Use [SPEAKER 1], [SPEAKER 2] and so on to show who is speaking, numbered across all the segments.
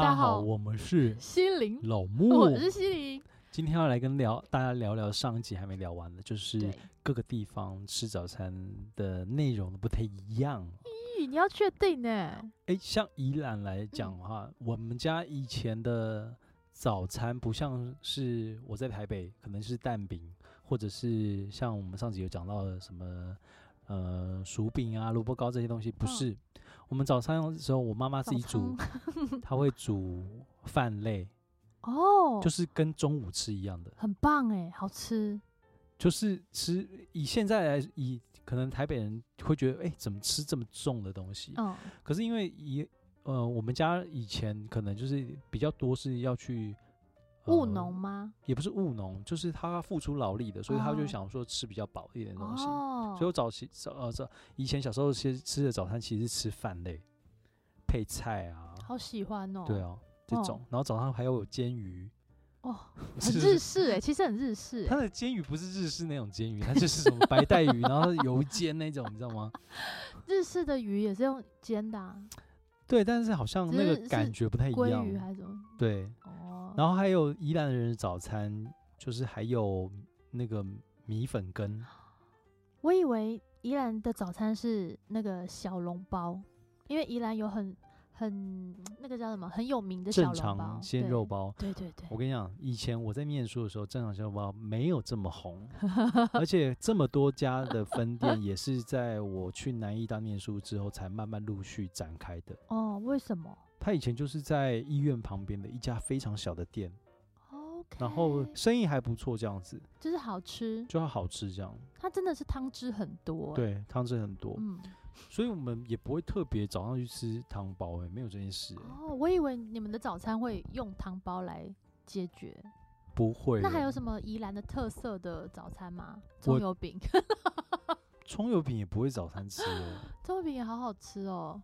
[SPEAKER 1] 大
[SPEAKER 2] 家
[SPEAKER 1] 家
[SPEAKER 2] 好
[SPEAKER 1] 好，我们是
[SPEAKER 2] 心灵，
[SPEAKER 1] 老木
[SPEAKER 2] 我，是心灵，
[SPEAKER 1] 今天要来跟聊大家聊聊上一集还没聊完的，就是
[SPEAKER 2] 对，
[SPEAKER 1] 各个地方吃早餐的内容不太一样。
[SPEAKER 2] 咦，你要确定呢？
[SPEAKER 1] 诶，像宜兰来讲的话，我们家以前的早餐不像是我在台北，可能是蛋饼，或者是像我们上集有讲到的什么呃薯饼啊、萝卜糕这些东西，不
[SPEAKER 2] 嗯
[SPEAKER 1] 是。我们早餐的时候，我妈妈自己煮， 她会煮饭类，
[SPEAKER 2] 哦，
[SPEAKER 1] 就是是跟中午吃一样的，
[SPEAKER 2] 很棒哎，好吃，
[SPEAKER 1] 就是吃以现在来以可能台北人会觉得，诶，怎么吃这么重的东西？
[SPEAKER 2] 嗯，
[SPEAKER 1] 可是因为以呃，我们家以前可能就是比较多是要去、呃
[SPEAKER 2] 务农，吗？
[SPEAKER 1] 也不是务农，就是他付出劳力的，所以他就
[SPEAKER 2] 哦
[SPEAKER 1] 想说吃比较饱一点的东西。
[SPEAKER 2] 哦，
[SPEAKER 1] 所以我早期早呃早以前小时候其实吃的早餐其实是吃饭类，配菜啊，
[SPEAKER 2] 好喜欢哦，
[SPEAKER 1] 对，啊这
[SPEAKER 2] 哦
[SPEAKER 1] 种，然后早上还有煎鱼，
[SPEAKER 2] 哦，很
[SPEAKER 1] 是
[SPEAKER 2] 日式哎，其实很日式
[SPEAKER 1] 它
[SPEAKER 2] 哎，
[SPEAKER 1] 的煎鱼不是日式那种煎鱼，它就是什么白带鱼，然后油煎那种，你知道吗？
[SPEAKER 2] 日式的鱼也是用煎的啊，
[SPEAKER 1] 对，但是好像
[SPEAKER 2] 只
[SPEAKER 1] 那
[SPEAKER 2] 是
[SPEAKER 1] 个
[SPEAKER 2] 是
[SPEAKER 1] 感觉不太一
[SPEAKER 2] 鲑鱼
[SPEAKER 1] 样。
[SPEAKER 2] 还是什么？
[SPEAKER 1] 对，
[SPEAKER 2] 哦，
[SPEAKER 1] 然后还有宜兰人的早餐，就是还有那个米粉羹，
[SPEAKER 2] 我以为宜兰的早餐是那个小笼包，因为宜兰有很很那个叫什么很有名的小
[SPEAKER 1] 正
[SPEAKER 2] 笼包
[SPEAKER 1] 常，鲜肉包。
[SPEAKER 2] 对，对对
[SPEAKER 1] 我
[SPEAKER 2] 对，
[SPEAKER 1] 跟你讲，以前我在念书的时候，正常鲜肉包没有这么 红，而且这么多家的分店 也是在我去南医大念书之后才慢慢陆续展开的。
[SPEAKER 2] 哦，为什么
[SPEAKER 1] 他以前就是在医院旁边的一家非常小的店，
[SPEAKER 2] ？OK，
[SPEAKER 1] 然后生意还不错，这样子
[SPEAKER 2] 就是好吃，
[SPEAKER 1] 就要好吃这样。
[SPEAKER 2] 它真的是汤汁很多、，欸
[SPEAKER 1] 对，汤汁很多，
[SPEAKER 2] 嗯，
[SPEAKER 1] 所以我们也不会特别早上去吃汤包、欸，没有这件事、欸。
[SPEAKER 2] 哦，我以为你们的早餐会用汤包来解决。
[SPEAKER 1] 不会了。
[SPEAKER 2] 那还有什么宜兰的特色的早餐吗？
[SPEAKER 1] 我
[SPEAKER 2] 葱油饼，
[SPEAKER 1] 葱油饼也不会早餐吃哦，
[SPEAKER 2] 葱油饼也好好吃哦。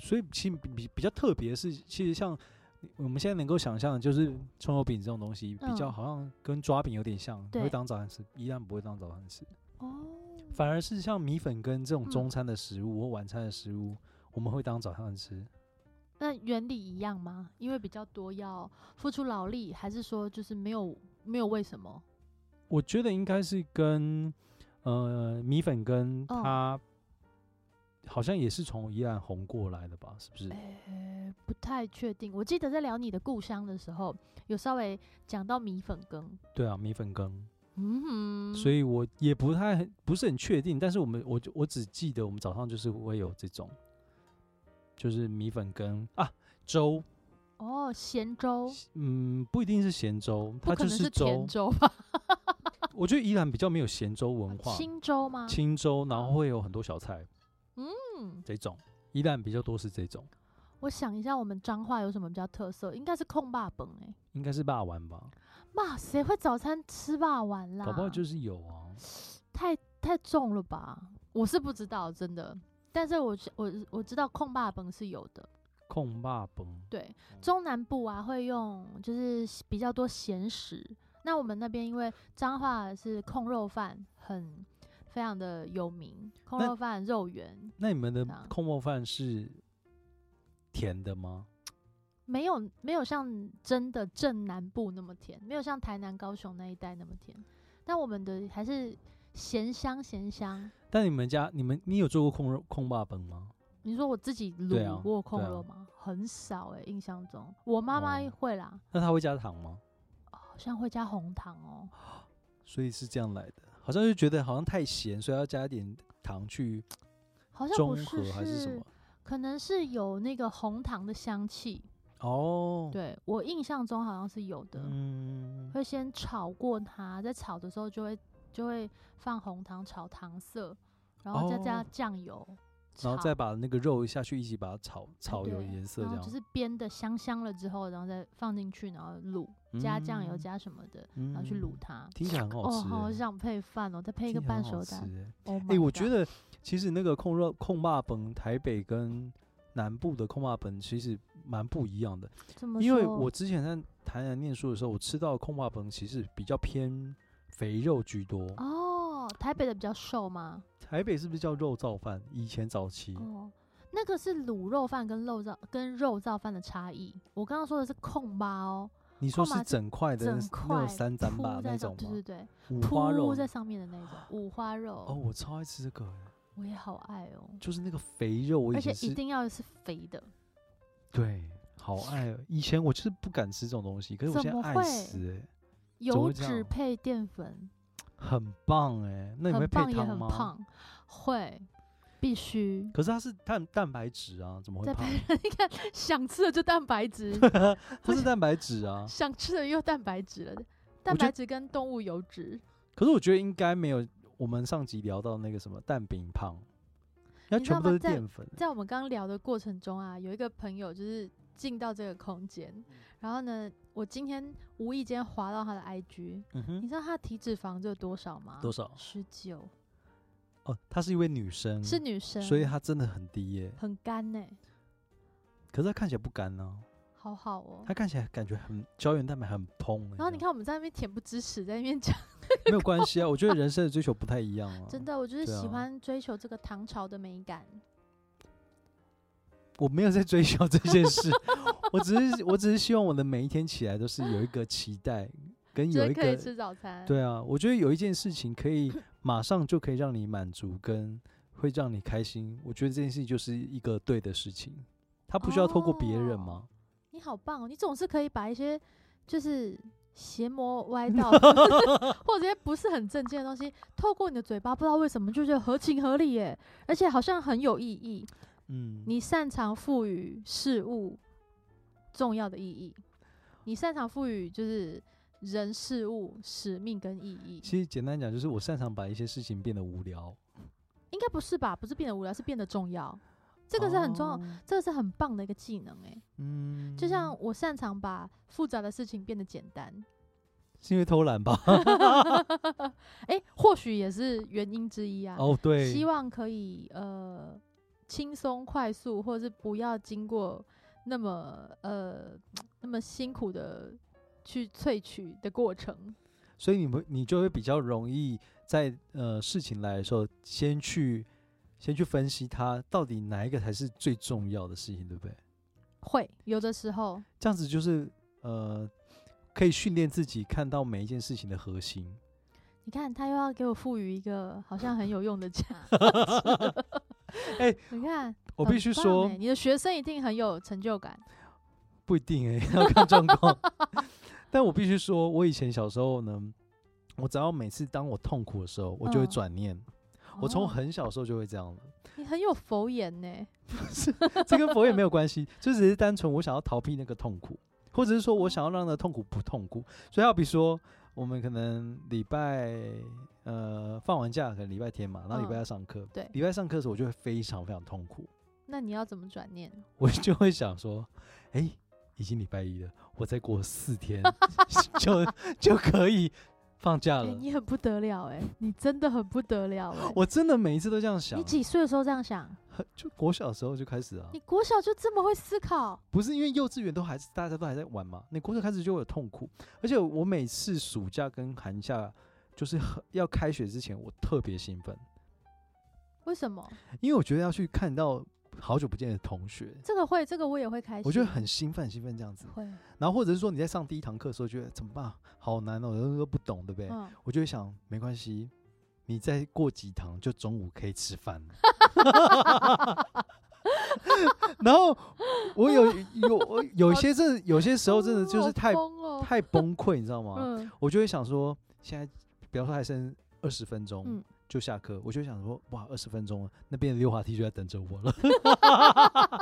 [SPEAKER 1] 所以其实比比比较特别的是，其实像我们现在能够想象的，就是葱油饼这种东西比较
[SPEAKER 2] 嗯
[SPEAKER 1] 好像跟抓饼有点像，
[SPEAKER 2] 对
[SPEAKER 1] 会当早餐吃，依然不会当早餐吃，
[SPEAKER 2] 哦，
[SPEAKER 1] 反而是像米粉跟这种
[SPEAKER 2] 嗯
[SPEAKER 1] 中餐的食物、或晚餐的食物，我们会当早上吃。
[SPEAKER 2] 那原理一样吗？因为比较多要付出劳力，还是说就是没有没有为什么？
[SPEAKER 1] 我觉得应该是跟呃米粉跟
[SPEAKER 2] 哦
[SPEAKER 1] 它好像也是从宜兰红过来的吧，是不是？
[SPEAKER 2] 呃，不太确定。我记得在聊你的故乡的时候，有稍微讲到米粉羹，
[SPEAKER 1] 对啊，米粉羹。
[SPEAKER 2] 嗯哼，
[SPEAKER 1] 所以我也不太很不是很确定，但是我们我就我只记得我们早上就是会有这种，就是米粉跟啊粥，
[SPEAKER 2] 哦，咸粥
[SPEAKER 1] 嗯，不一定是咸粥，
[SPEAKER 2] 不
[SPEAKER 1] 它
[SPEAKER 2] 可
[SPEAKER 1] 就
[SPEAKER 2] 能是
[SPEAKER 1] 粥
[SPEAKER 2] 甜。粥 吧？
[SPEAKER 1] 我觉得宜兰比较没有咸粥文化，
[SPEAKER 2] 哦清粥吗？哦
[SPEAKER 1] 清粥，然后会有很多小菜
[SPEAKER 2] 嗯，
[SPEAKER 1] 这种，宜兰比较多是这种，
[SPEAKER 2] 我想一下，我们彰化有什么比较特色？应该是控霸本哎、
[SPEAKER 1] 应该是霸丸吧，
[SPEAKER 2] 妈，谁会早餐吃霸丸啦？
[SPEAKER 1] 搞不好就是有啊。
[SPEAKER 2] 太太重了吧？我是不知道，真的。但是我我我知道控霸本是有的，
[SPEAKER 1] 控霸崩，
[SPEAKER 2] 对，
[SPEAKER 1] 哦
[SPEAKER 2] 中南部啊会用就是比较多咸食。那我们那边因为彰化是控肉饭很非常的有名，控
[SPEAKER 1] 那
[SPEAKER 2] 肉饭、肉圆
[SPEAKER 1] 那你们的
[SPEAKER 2] 这样
[SPEAKER 1] 控肉饭是甜的吗？
[SPEAKER 2] 没有没有像真的正南部那么甜，没有像台南、高雄那一带那么甜。但我们的还是咸香咸香。
[SPEAKER 1] 但你们家你们你有做过控肉控霸崩吗？
[SPEAKER 2] 你说我自己
[SPEAKER 1] 对
[SPEAKER 2] 卤
[SPEAKER 1] 啊
[SPEAKER 2] 过控
[SPEAKER 1] 对啊
[SPEAKER 2] 肉吗？很少诶、印象中我妈妈
[SPEAKER 1] 哦
[SPEAKER 2] 会啦，
[SPEAKER 1] 那它会加糖吗？
[SPEAKER 2] 好像会加红糖哦、
[SPEAKER 1] 所以是这样来的，好像就觉得好像太咸，所以要加一点糖去
[SPEAKER 2] 好像不
[SPEAKER 1] 中
[SPEAKER 2] 是
[SPEAKER 1] 和还是什么？
[SPEAKER 2] 可能是有那个红糖的香气，
[SPEAKER 1] 哦，，
[SPEAKER 2] 对我印象中好像是有的，
[SPEAKER 1] 嗯，
[SPEAKER 2] 会先炒过它，在炒的时候就会就会放红糖炒糖色，然后再加
[SPEAKER 1] 哦
[SPEAKER 2] 酱油，
[SPEAKER 1] 然后再
[SPEAKER 2] 炒
[SPEAKER 1] 把那个肉下去一起把它炒炒有
[SPEAKER 2] 对
[SPEAKER 1] 颜色
[SPEAKER 2] 然
[SPEAKER 1] 这样，
[SPEAKER 2] 后就是煸的香香了之后，然后再放进去，然后卤，加酱油
[SPEAKER 1] 嗯，
[SPEAKER 2] 加什么的，
[SPEAKER 1] 然
[SPEAKER 2] 然后去卤，它。
[SPEAKER 1] 嗯听起来很好
[SPEAKER 2] 哦，
[SPEAKER 1] 吃欸，
[SPEAKER 2] 好想配饭哦，再配一个
[SPEAKER 1] 听起来
[SPEAKER 2] 半
[SPEAKER 1] 很好
[SPEAKER 2] 熟
[SPEAKER 1] 吃
[SPEAKER 2] 蛋。
[SPEAKER 1] 欸。
[SPEAKER 2] 哦，
[SPEAKER 1] 哎，我觉得其实那个控肉控霸本台北跟南部的控霸本其实蛮不一样的，
[SPEAKER 2] 怎么
[SPEAKER 1] 因为
[SPEAKER 2] 说
[SPEAKER 1] 我之前在台南念书的时候，我吃到的控霸本其实比较偏肥肉居多，
[SPEAKER 2] 哦哦，台北的比较瘦吗？
[SPEAKER 1] 台北是不是叫肉燥饭？以前早期，
[SPEAKER 2] 哦，那个是卤肉饭跟肉燥跟肉燥饭的差异。我刚刚说的是控吧哦，
[SPEAKER 1] 你说
[SPEAKER 2] 空麻
[SPEAKER 1] 是
[SPEAKER 2] 是
[SPEAKER 1] 整块哎的
[SPEAKER 2] 整
[SPEAKER 1] 那
[SPEAKER 2] 块
[SPEAKER 1] 种三斩
[SPEAKER 2] 铺
[SPEAKER 1] 吧
[SPEAKER 2] 在
[SPEAKER 1] 那种
[SPEAKER 2] 上对
[SPEAKER 1] 吗
[SPEAKER 2] 对？对，
[SPEAKER 1] 五花肉
[SPEAKER 2] 铺在上面的那种五花肉，
[SPEAKER 1] 哦，我超爱吃这个欸，
[SPEAKER 2] 我也好爱哦，
[SPEAKER 1] 就是那个肥肉，我以
[SPEAKER 2] 而且
[SPEAKER 1] 前
[SPEAKER 2] 一
[SPEAKER 1] 是
[SPEAKER 2] 定要是肥的，
[SPEAKER 1] 对，好爱哦。以前我就是不敢吃这种东西，可是我
[SPEAKER 2] 怎
[SPEAKER 1] 现在
[SPEAKER 2] 么
[SPEAKER 1] 爱
[SPEAKER 2] 会
[SPEAKER 1] 死欸，
[SPEAKER 2] 油
[SPEAKER 1] 会这
[SPEAKER 2] 脂
[SPEAKER 1] 样
[SPEAKER 2] 配淀粉，
[SPEAKER 1] 很棒哎。那你会
[SPEAKER 2] 很
[SPEAKER 1] 配
[SPEAKER 2] 棒也
[SPEAKER 1] 汤
[SPEAKER 2] 很
[SPEAKER 1] 吗？
[SPEAKER 2] 胖，会 必须。
[SPEAKER 1] 可是它是蛋蛋白质啊，怎么会
[SPEAKER 2] 在
[SPEAKER 1] 胖？
[SPEAKER 2] 你看，想吃的就蛋白 质，
[SPEAKER 1] 它是蛋白质啊。
[SPEAKER 2] 想吃的又蛋白质了，蛋
[SPEAKER 1] 觉
[SPEAKER 2] 白
[SPEAKER 1] 得
[SPEAKER 2] 质跟动物油脂。
[SPEAKER 1] 可是我觉得应该没有我们上集聊到那个什么蛋饼胖，它
[SPEAKER 2] 你知
[SPEAKER 1] 全
[SPEAKER 2] 道
[SPEAKER 1] 部都
[SPEAKER 2] 吗
[SPEAKER 1] 是
[SPEAKER 2] 在
[SPEAKER 1] 淀粉。
[SPEAKER 2] 在我们刚聊的过程中啊，有一个朋友就是进到这个空间，
[SPEAKER 1] 嗯
[SPEAKER 2] 然后呢，我今天无意间滑到他的 IG，
[SPEAKER 1] 嗯
[SPEAKER 2] 你
[SPEAKER 1] 哼，
[SPEAKER 2] 知道他体脂肪只有多少吗？
[SPEAKER 1] 多少？
[SPEAKER 2] 十九，
[SPEAKER 1] 哦，她是一位女生，
[SPEAKER 2] 是女生，
[SPEAKER 1] 所以她真的很低耶、
[SPEAKER 2] 很干呢、
[SPEAKER 1] 可是她看起来不干呢、
[SPEAKER 2] 好好哦
[SPEAKER 1] 她。看起来感觉很胶原蛋白很蓬、
[SPEAKER 2] 然后你
[SPEAKER 1] 知
[SPEAKER 2] 看我们在那边恬不知耻，在那边讲，
[SPEAKER 1] 道吗，没有关 系啊，我觉得人生的追求不太一样啊。
[SPEAKER 2] 真，的，我就是
[SPEAKER 1] 对
[SPEAKER 2] 喜
[SPEAKER 1] 啊
[SPEAKER 2] 欢追求这个唐朝的美感。
[SPEAKER 1] 我没有在追求这件 事，我只是我只是希望我的每一天起来都是有一个期待，跟
[SPEAKER 2] 就
[SPEAKER 1] 有
[SPEAKER 2] 是
[SPEAKER 1] 一
[SPEAKER 2] 可以
[SPEAKER 1] 个
[SPEAKER 2] 吃早餐，
[SPEAKER 1] 对啊，我觉得有一件事情可 以马上就可以让你满足，跟会让你开心。我觉得这件事情就是一个对的事情，它不需要透过别人吗？
[SPEAKER 2] 你好棒哦！你总是可以把一些就是邪魔歪 道，或者一些不是很正经的东西，透过你的嘴巴，不知道为什么就觉得合情合理耶，而且好像很有意义。
[SPEAKER 1] 嗯，
[SPEAKER 2] 你擅长赋予事物重要的意义，你擅长赋予就是人、事物使命跟意义。
[SPEAKER 1] 其实简单讲就是我擅长把一些事情变得无聊，
[SPEAKER 2] 应该不是吧？不是变得无聊，是变得重要。这个是很重要，
[SPEAKER 1] 哦。
[SPEAKER 2] 这个是很棒的一个技能诶、
[SPEAKER 1] 嗯，
[SPEAKER 2] 就像我擅长把复杂的事情变得简单。
[SPEAKER 1] 是因为偷懒 吧？
[SPEAKER 2] 哎、或许也是原因之一啊。
[SPEAKER 1] 哦，对，
[SPEAKER 2] 希望可以呃轻松快速，或者是不要经过那么呃那么辛苦的去萃取的过程。
[SPEAKER 1] 所以你们你就会比较容易在呃事情来的时候，先去先去分析它到底哪一个才是最重要的事情，对不对？
[SPEAKER 2] 会有的时候，
[SPEAKER 1] 这样子就是呃，可以训练自己看到每一件事情的核 心。
[SPEAKER 2] 你看他又要给我赋予一个好像很有 用的价
[SPEAKER 1] 哎
[SPEAKER 2] 你看，
[SPEAKER 1] 我
[SPEAKER 2] 很
[SPEAKER 1] 必须
[SPEAKER 2] 棒
[SPEAKER 1] 说
[SPEAKER 2] 欸，你的学生一定很有成就感。
[SPEAKER 1] 不一定诶、 要看状况。但我必须说，我以前小时候呢，我只要每次当我痛苦的时候，我就会
[SPEAKER 2] 嗯
[SPEAKER 1] 转念。我从
[SPEAKER 2] 哦
[SPEAKER 1] 很小的时候就会这样了。
[SPEAKER 2] 你很有佛眼呢、
[SPEAKER 1] 这跟佛也没有关系，就只是单纯我想要逃避那个痛苦，或者是说我想要让那个痛苦不痛苦。所以，好比说，我们可能礼拜呃放完假，可能礼拜天嘛，然后礼拜
[SPEAKER 2] 嗯
[SPEAKER 1] 要上课，
[SPEAKER 2] 对
[SPEAKER 1] 礼拜上课的时候我就会非常非常痛苦，
[SPEAKER 2] 那你要怎么转念？
[SPEAKER 1] 我就会想说，哎、已经礼拜一了，我再过四 天就就可以放假
[SPEAKER 2] 哎、
[SPEAKER 1] 了。
[SPEAKER 2] 你很不得了哎、你真的很不得了哎、
[SPEAKER 1] 我真的每一次都这样想
[SPEAKER 2] 你，几岁的时候这样想？
[SPEAKER 1] 就国小的时候就开始啊，
[SPEAKER 2] 你国小就这么会思考？
[SPEAKER 1] 不是因为幼稚园都还是大家都还在玩嘛，你国小开始就会有痛苦，而且我每次暑假跟寒假就是很要开学之前，我特别兴奋，
[SPEAKER 2] 为什么？
[SPEAKER 1] 因为我觉得要去看到好久不见的同学，
[SPEAKER 2] 这个会，这个我也会开心。
[SPEAKER 1] 我觉得很兴奋，很兴奋这样子。
[SPEAKER 2] 会，
[SPEAKER 1] 然后或者是说你在上第一堂课的时候，觉得怎么办，好难哦，有的时候不懂，对不对？
[SPEAKER 2] 嗯，
[SPEAKER 1] 我就会想，没关系，你再过几堂就中午可以吃 饭 了。然后我有有我有些真的有些时候真的就
[SPEAKER 2] 哦
[SPEAKER 1] 是太
[SPEAKER 2] 好疯哦，
[SPEAKER 1] 太崩溃，你知道吗？
[SPEAKER 2] 嗯，
[SPEAKER 1] 我就会想说，现在比方说还剩二十分钟、
[SPEAKER 2] 嗯
[SPEAKER 1] 就下课，我就想说，哇，二十分钟了，那边的溜滑梯就在等着我了。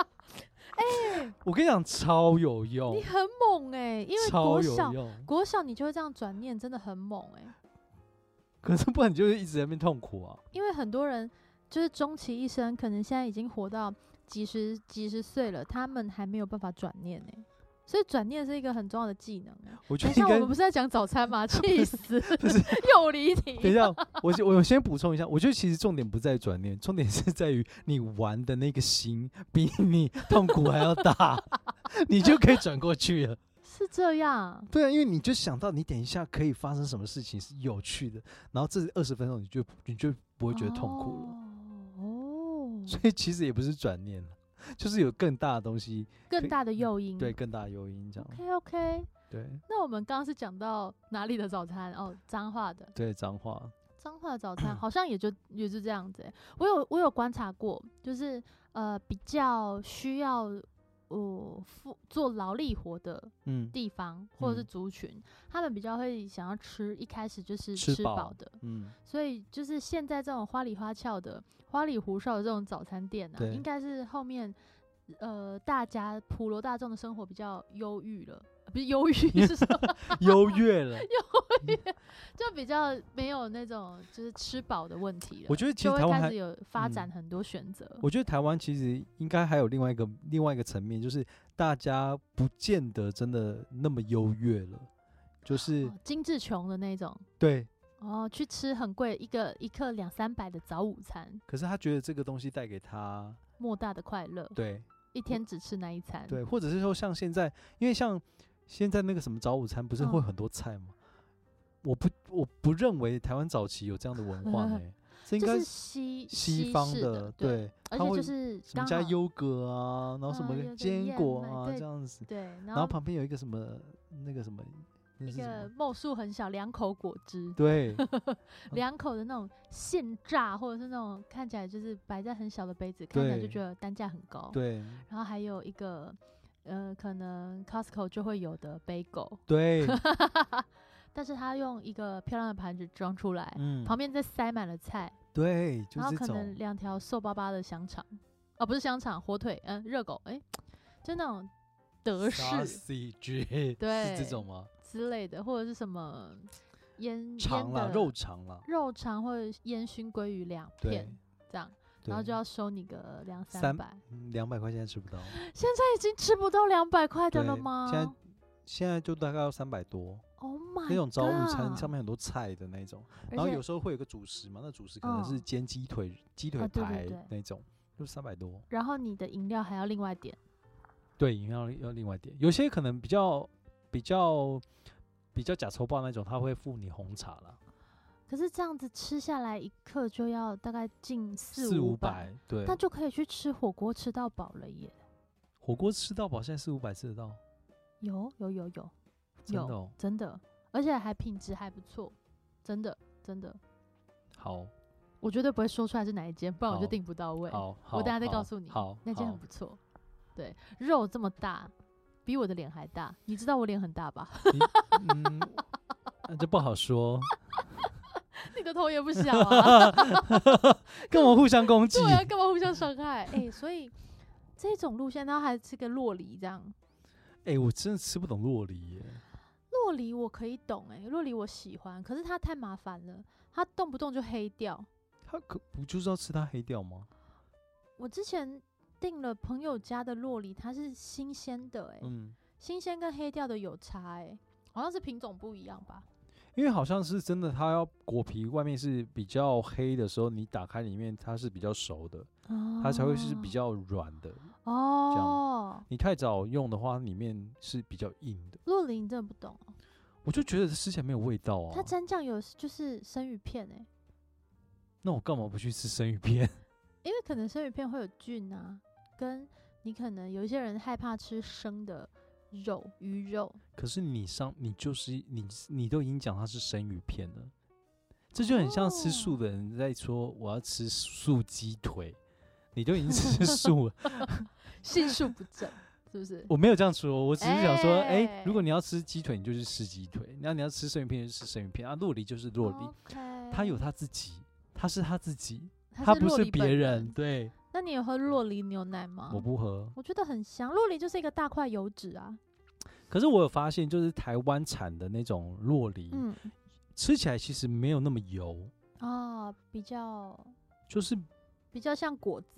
[SPEAKER 1] 我跟你讲，超有用
[SPEAKER 2] 哎你，很猛哎、因为
[SPEAKER 1] 超
[SPEAKER 2] 国
[SPEAKER 1] 有
[SPEAKER 2] 小
[SPEAKER 1] 用。
[SPEAKER 2] 国小你就会这样转念，真的很猛哎、
[SPEAKER 1] 可是不然你就是一直在那边痛苦啊。
[SPEAKER 2] 因为很多人就是终其一生，可能现在已经活到几十几十岁了，他们还没有办法转念哎、所以转念是一个很重要的技能、欸。
[SPEAKER 1] 我觉
[SPEAKER 2] 等
[SPEAKER 1] 得
[SPEAKER 2] 一下，
[SPEAKER 1] 应
[SPEAKER 2] 我
[SPEAKER 1] 该
[SPEAKER 2] 们不是在讲早餐吗？气死，
[SPEAKER 1] 不是
[SPEAKER 2] 又离题。
[SPEAKER 1] 等一下，我先我先补充一下，我觉得其实重点不在转念，重点是在于你玩的那个心比你痛苦还要 大，你就可以转过去了。
[SPEAKER 2] 是这样，
[SPEAKER 1] 对啊，因为你就想到你等一下可以发生什么事情是有趣的，然后这二十分钟你就你就不
[SPEAKER 2] 我
[SPEAKER 1] 会觉得痛苦了。
[SPEAKER 2] 哦，
[SPEAKER 1] 所以其实也不是转念了，就是有更大的东西，可
[SPEAKER 2] 更
[SPEAKER 1] 以
[SPEAKER 2] 大的诱因。
[SPEAKER 1] 对更大的诱因这样，
[SPEAKER 2] ，OK OK。
[SPEAKER 1] 对
[SPEAKER 2] 那我们刚刚是讲到哪里的早餐？哦，彰化的，
[SPEAKER 1] 对脏 话，
[SPEAKER 2] 彰化的早
[SPEAKER 1] 嗯
[SPEAKER 2] 餐好像也就也就这样子欸、我有我有观察过，就是呃比较需要我付、做劳力活的
[SPEAKER 1] 嗯
[SPEAKER 2] 地方或者是
[SPEAKER 1] 嗯
[SPEAKER 2] 族群，他们比较会想要吃一开始就是
[SPEAKER 1] 吃
[SPEAKER 2] 吃
[SPEAKER 1] 饱
[SPEAKER 2] 饱的，
[SPEAKER 1] 嗯，
[SPEAKER 2] 所以就是现在这种花里花俏的、花里胡哨的这种早餐店啊，
[SPEAKER 1] 对
[SPEAKER 2] 应该是后面呃大家普罗大众的生活比较忧郁了，呃不是忧郁 是什么？
[SPEAKER 1] 优越 了。
[SPEAKER 2] 就比较没有那种就是吃饱的问题了。
[SPEAKER 1] 我觉得其实
[SPEAKER 2] 就
[SPEAKER 1] 台
[SPEAKER 2] 会
[SPEAKER 1] 湾
[SPEAKER 2] 开
[SPEAKER 1] 还
[SPEAKER 2] 始有发
[SPEAKER 1] 嗯
[SPEAKER 2] 展很多选择。
[SPEAKER 1] 我觉得台湾其实应该还有另外一个另外一个层面，就是大家不见得真的那么优越了，就是
[SPEAKER 2] 哦精致穷的那种
[SPEAKER 1] 对。
[SPEAKER 2] 哦，去吃很贵一个一克两三百的早午餐，
[SPEAKER 1] 可是他觉得这个东西带给他，
[SPEAKER 2] 莫大的快乐，
[SPEAKER 1] 对
[SPEAKER 2] 一天只吃那一餐。
[SPEAKER 1] 对，或者是说像现在，因为像现在那个什么早午餐不是会
[SPEAKER 2] 嗯
[SPEAKER 1] 很多菜吗？我不我不认为台湾早期有这样的文化 呢、这应
[SPEAKER 2] 这
[SPEAKER 1] 该
[SPEAKER 2] 是
[SPEAKER 1] 是
[SPEAKER 2] 西
[SPEAKER 1] 西方
[SPEAKER 2] 式的，
[SPEAKER 1] 对，
[SPEAKER 2] 而
[SPEAKER 1] 它
[SPEAKER 2] 且
[SPEAKER 1] 会
[SPEAKER 2] 就是
[SPEAKER 1] 什么
[SPEAKER 2] 刚
[SPEAKER 1] 加
[SPEAKER 2] 好
[SPEAKER 1] 优格啊，然后什
[SPEAKER 2] 嗯有
[SPEAKER 1] 么
[SPEAKER 2] 个
[SPEAKER 1] 坚
[SPEAKER 2] 燕
[SPEAKER 1] 果
[SPEAKER 2] 麦
[SPEAKER 1] 啊
[SPEAKER 2] 对
[SPEAKER 1] 这样子，
[SPEAKER 2] 对，然
[SPEAKER 1] 然后
[SPEAKER 2] 后
[SPEAKER 1] 旁边有一个什么那个什么，那
[SPEAKER 2] 一
[SPEAKER 1] 是什么
[SPEAKER 2] 个貌数很小两口果汁，
[SPEAKER 1] 对，
[SPEAKER 2] 两口的那种现榨，或者是那种看起来就是摆在很小的杯子，看起来就
[SPEAKER 1] 对
[SPEAKER 2] 觉得单价很高。
[SPEAKER 1] 对
[SPEAKER 2] 然后还有一个，呃，可能 Costco 就会有的 bagel，
[SPEAKER 1] 对，
[SPEAKER 2] 但是它用一个漂亮的盘子装出来，
[SPEAKER 1] 嗯，
[SPEAKER 2] 旁边再塞满了菜，
[SPEAKER 1] 对，就
[SPEAKER 2] 然后
[SPEAKER 1] 是
[SPEAKER 2] 可
[SPEAKER 1] 这
[SPEAKER 2] 能
[SPEAKER 1] 种，
[SPEAKER 2] 两条瘦巴巴的香肠，哦，不是香肠，火腿，嗯，热狗，哎、就那种德式
[SPEAKER 1] sausage
[SPEAKER 2] 对
[SPEAKER 1] 是这种吗？
[SPEAKER 2] 之类的，或者是什么腌
[SPEAKER 1] 肠
[SPEAKER 2] 腌
[SPEAKER 1] 啦，
[SPEAKER 2] 的
[SPEAKER 1] 肉肠啦，
[SPEAKER 2] 肉肠或者烟熏鲑鱼两
[SPEAKER 1] 对
[SPEAKER 2] 片这样，
[SPEAKER 1] 对，
[SPEAKER 2] 然后就要收你个两
[SPEAKER 1] 三嗯
[SPEAKER 2] 三百，
[SPEAKER 1] 两百块现在吃不到，
[SPEAKER 2] 现在已经吃不到两百块的了
[SPEAKER 1] 对
[SPEAKER 2] 吗？
[SPEAKER 1] 现在现在就大概要三百多，
[SPEAKER 2] Oh my
[SPEAKER 1] 那种早午餐
[SPEAKER 2] god
[SPEAKER 1] 上面很多菜的那种，
[SPEAKER 2] 而
[SPEAKER 1] 然后
[SPEAKER 2] 且
[SPEAKER 1] 有时候会有个主食嘛，那主食可能是
[SPEAKER 2] 嗯
[SPEAKER 1] 煎鸡腿、鸡腿
[SPEAKER 2] 啊对对
[SPEAKER 1] 排
[SPEAKER 2] 对
[SPEAKER 1] 那种，就三百多。
[SPEAKER 2] 然后你的饮料还要另外点，
[SPEAKER 1] 对，饮料要另外点，有些可能比较比较比较假抽爆那种，他会付你红茶啦，
[SPEAKER 2] 可是这样子吃下来一克就要大概近
[SPEAKER 1] 四
[SPEAKER 2] 五
[SPEAKER 1] 五，百，对，
[SPEAKER 2] 那就可以去吃火锅吃到饱了耶！
[SPEAKER 1] 火锅吃到饱，现在四五百吃得到，
[SPEAKER 2] 有有有有
[SPEAKER 1] 真的、
[SPEAKER 2] 有，
[SPEAKER 1] 哦、
[SPEAKER 2] 真的，而且还品质还不错，真的真的，
[SPEAKER 1] 好，
[SPEAKER 2] 我绝对不会说出来是哪一间，不然我就
[SPEAKER 1] 好
[SPEAKER 2] 订不到位。
[SPEAKER 1] 好，好，
[SPEAKER 2] 我等下再
[SPEAKER 1] 好
[SPEAKER 2] 告诉你
[SPEAKER 1] 好，
[SPEAKER 2] 那间
[SPEAKER 1] 好
[SPEAKER 2] 很不错，对，肉这么大，比我的脸还大，你知道我脸很 大吧？
[SPEAKER 1] 嗯，那这不好说，
[SPEAKER 2] 你的头也不小 啊。
[SPEAKER 1] 跟我互相攻击
[SPEAKER 2] 对，啊，干嘛互相伤害？哎、所以这种路线，然后还吃个洛梨这样。
[SPEAKER 1] 哎、我真的吃不懂洛梨耶，
[SPEAKER 2] 洛梨我可以懂、哎，洛梨我喜欢，可是它太麻烦了，它动不动就黑掉。
[SPEAKER 1] 他可不就是要吃它黑掉吗？
[SPEAKER 2] 我之前订了朋友家的洛梨，它是新鲜的、哎、
[SPEAKER 1] 嗯，
[SPEAKER 2] 新鲜跟黑掉的有差、哎，好像是品种不一样吧？
[SPEAKER 1] 因为好像是真的，它要果皮外面是比较黑的时候，你打开里面它是比较熟的，它才会是比较软的。
[SPEAKER 2] 哦。
[SPEAKER 1] 你太早用的话，里面是比较硬的，
[SPEAKER 2] 洛梨你真的不懂哦、
[SPEAKER 1] 我就觉得吃起来没有味道啊
[SPEAKER 2] 它。蘸酱油是就是生鱼片哎、
[SPEAKER 1] 那我干嘛不去吃生鱼片？
[SPEAKER 2] 因为可能生鱼片会有菌啊，跟你可能有一些人害怕吃生的肉、鱼肉，
[SPEAKER 1] 可是你上你就是你你都已经讲它是生鱼片了，这就很像吃素
[SPEAKER 2] 哦
[SPEAKER 1] 的人在说我要吃素鸡腿，你都已经吃素 了。
[SPEAKER 2] 性素不正，是不是？
[SPEAKER 1] 我没有这样说，我只是想说，哎、如果
[SPEAKER 2] 哎
[SPEAKER 1] 你要吃鸡腿，你就去吃鸡腿；那你要吃生鱼片，就吃生鱼片。啊，洛梨就是洛
[SPEAKER 2] 哦
[SPEAKER 1] 梨，
[SPEAKER 2] OK，
[SPEAKER 1] 他有他自己，他是他自己，
[SPEAKER 2] 它
[SPEAKER 1] 他不
[SPEAKER 2] 洛
[SPEAKER 1] 是
[SPEAKER 2] 梨
[SPEAKER 1] 别
[SPEAKER 2] 本哦
[SPEAKER 1] 人。。对，
[SPEAKER 2] 那你有喝洛梨牛奶吗？
[SPEAKER 1] 我不喝。
[SPEAKER 2] 我觉得很香，洛梨就是一个大块油脂啊。
[SPEAKER 1] 可是我有发现，就是台湾产的那种洛梨，
[SPEAKER 2] 嗯，
[SPEAKER 1] 吃起来其实没有那么油，
[SPEAKER 2] 啊，比较
[SPEAKER 1] 就是
[SPEAKER 2] 比较像果子，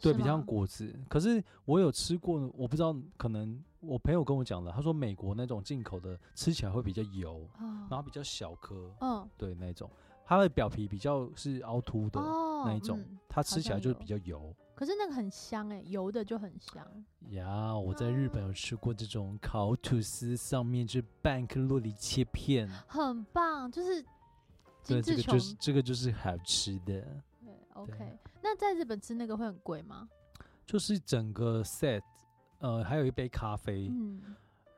[SPEAKER 1] 对，
[SPEAKER 2] 是
[SPEAKER 1] 比较像
[SPEAKER 2] 吗。
[SPEAKER 1] 果子。可是我有吃过，我不知道，可能我朋友跟我讲的，他说美国那种进口的吃起来会比较油，
[SPEAKER 2] 哦
[SPEAKER 1] 然后比较小颗，
[SPEAKER 2] 嗯，
[SPEAKER 1] 对那种，它的表皮比较是凹凸的，
[SPEAKER 2] 哦，
[SPEAKER 1] 那一种
[SPEAKER 2] 嗯
[SPEAKER 1] 它吃起来
[SPEAKER 2] 像
[SPEAKER 1] 就是
[SPEAKER 2] 有
[SPEAKER 1] 比较油。
[SPEAKER 2] 可是那个很香哎、油的就很香。
[SPEAKER 1] 呀，我在日本有吃过这
[SPEAKER 2] 哦
[SPEAKER 1] 种烤吐司，上面是半颗洛梨切片，
[SPEAKER 2] 很棒，就是
[SPEAKER 1] 对，这
[SPEAKER 2] 精致
[SPEAKER 1] 个
[SPEAKER 2] 穷。
[SPEAKER 1] 就是这个就是好吃的。
[SPEAKER 2] 对，OK。那在日本吃那个会很贵吗？
[SPEAKER 1] 就是整个 set，呃，还有一杯咖啡，
[SPEAKER 2] 嗯